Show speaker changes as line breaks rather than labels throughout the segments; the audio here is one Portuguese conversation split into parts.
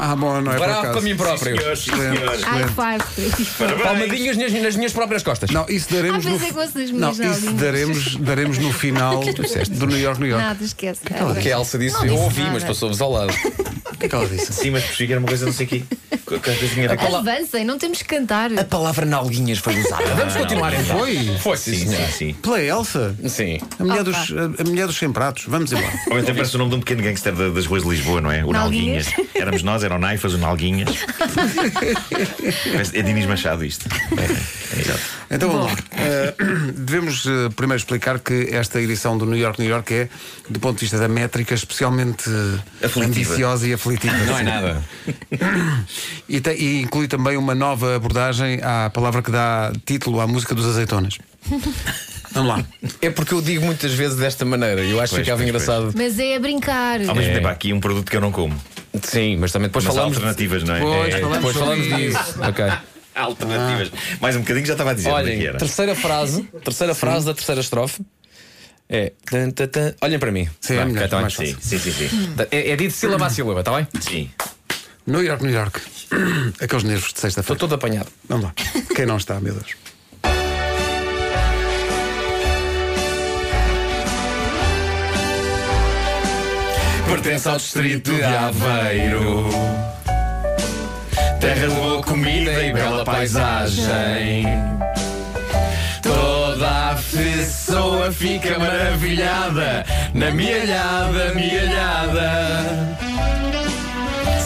Ah, bom, não é por
Bravo
acaso.
para mim próprio.
Senhores, sim,
é
senhores.
Ah,
Excelente.
High five.
Parabéns.
Palmadinhas nas, nas minhas próprias costas.
Não, isso daremos
Ah,
no,
pensei que fosse nas
não,
minhas
isso
aulinhas.
daremos, daremos no final do New York, New York.
Nada, esquece.
O que a Elsa disse,
Não
eu
disse
ouvi,
nada.
mas passou-vos ao lado.
O que é que ela disse?
Sim, mas por si que era uma coisa não sei o quê. Que às vezes tinha a ver com-
Avancem, não temos que cantar.
A palavra nalguinhas foi usada.
Vamos continuar então.
Foi?
Foi, sim, é?
Sim, sim,
senhora.
sim.
Pela Elsa?
Sim.
A mulher,
Opa.
dos, a, a mulher dos sem pratos. Vamos embora.
Ou então parece o nome de um pequeno gangster da- das ruas de Lisboa, não é? O
Nalguinhas.
Nalguinhas. Éramos nós, era o Naifas, o Nalguinhas. Parece- é Dinis Machado isto. É, é, exato.
Então vamos lá. Eh, devemos eh, primeiro explicar que esta edição do New York, New York é, do ponto de vista da métrica, especialmente eh,
Aflitiva.
ambiciosa e aflitiva.
Não é nada.
E, tem- e inclui também uma nova abordagem à palavra que dá título à música dos azeitonas. Vamos lá.
É porque eu digo muitas vezes desta maneira e eu acho que
Pois,
ficava
pois,
engraçado.
Mas é a brincar.
Ao mesmo tempo há aqui um produto que eu não como.
Sim, mas também depois
Mas há
falamos.
alternativas, não é?
Pois,
É,
É,
Falamos
depois
sobre
falamos disso. Ok.
há alternativas. Mais um bocadinho já estava a dizer onde é que
Ah. Olhem,
era.
terceira frase, terceira frase da terceira estrofe. É. tan, tan, tan. Olhem para mim.
Sim, é
Tá,
melhor,
ok, tá
mais
bem.
Sim, sim, sim, sim.
É, é dito sílaba a sílaba, está bem?
Sim.
New York, New York. Aqueles nervos de
Estou
sexta-feira.
todo apanhado.
Vamos lá. Quem não está, meu Deus.
Pertence ao distrito de Aveiro. Terra de boa comida e bela paisagem. Toda a pessoa fica maravilhada na mielhada, mielhada.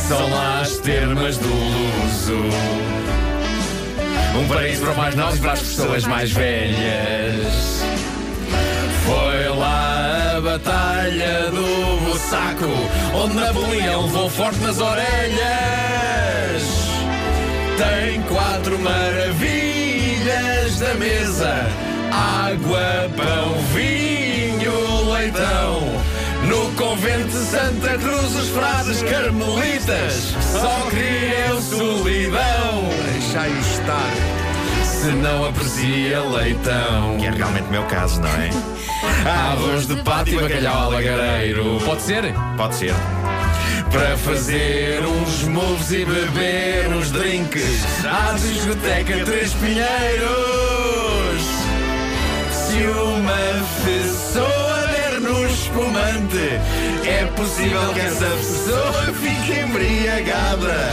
São lá as termas do Luso. Um paraíso para os mais novos e para as pessoas mais velhas. Foi lá a Batalha do Bussaco, onde Napoleão levou forte nas orelhas. Tem quatro maravilhas da mesa: água, pão, vinho, leitão. No convento de Santa Cruz, os frases carmelitas só criam solidão.
Deixai estar.
Se não aprecia leitão. Que é realmente o meu caso, não é? Arroz de pato e bacalhau alagareiro.
Pode ser?
Pode ser. Para fazer uns moves e beber uns drinks à discoteca Três Pinheiros. Se uma pessoa der no espumante, é possível que essa pessoa fique embriagada.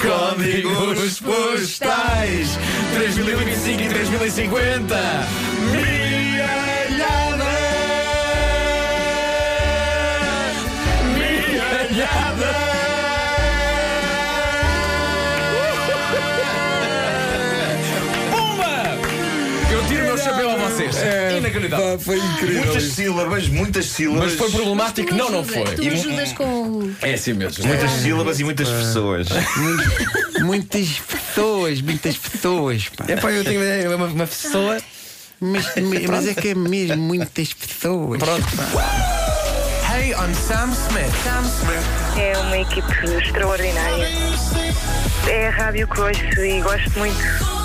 Códigos postais 3025 e 3050 Miralhada!
Eu tiro o meu chapéu a vocês. Inacreditável.
foi incrível.
Muitas sílabas, muitas sílabas.
Mas foi problemático?
Tu
Não, não
ajudas,
foi. um,
Tu ajudas com o.
É assim mesmo.
Muitas sílabas e
Ah.
muitas pessoas.
Muitas pessoas, muitas pessoas. Pá.
É pá, eu tenho é uma, uma pessoa.
Mas, mas é que é mesmo muitas pessoas.
Pronto.
Hey, I'm Sam Smith. Sam Smith.
É uma equipe extraordinária. É a rádio que ouço e gosto muito.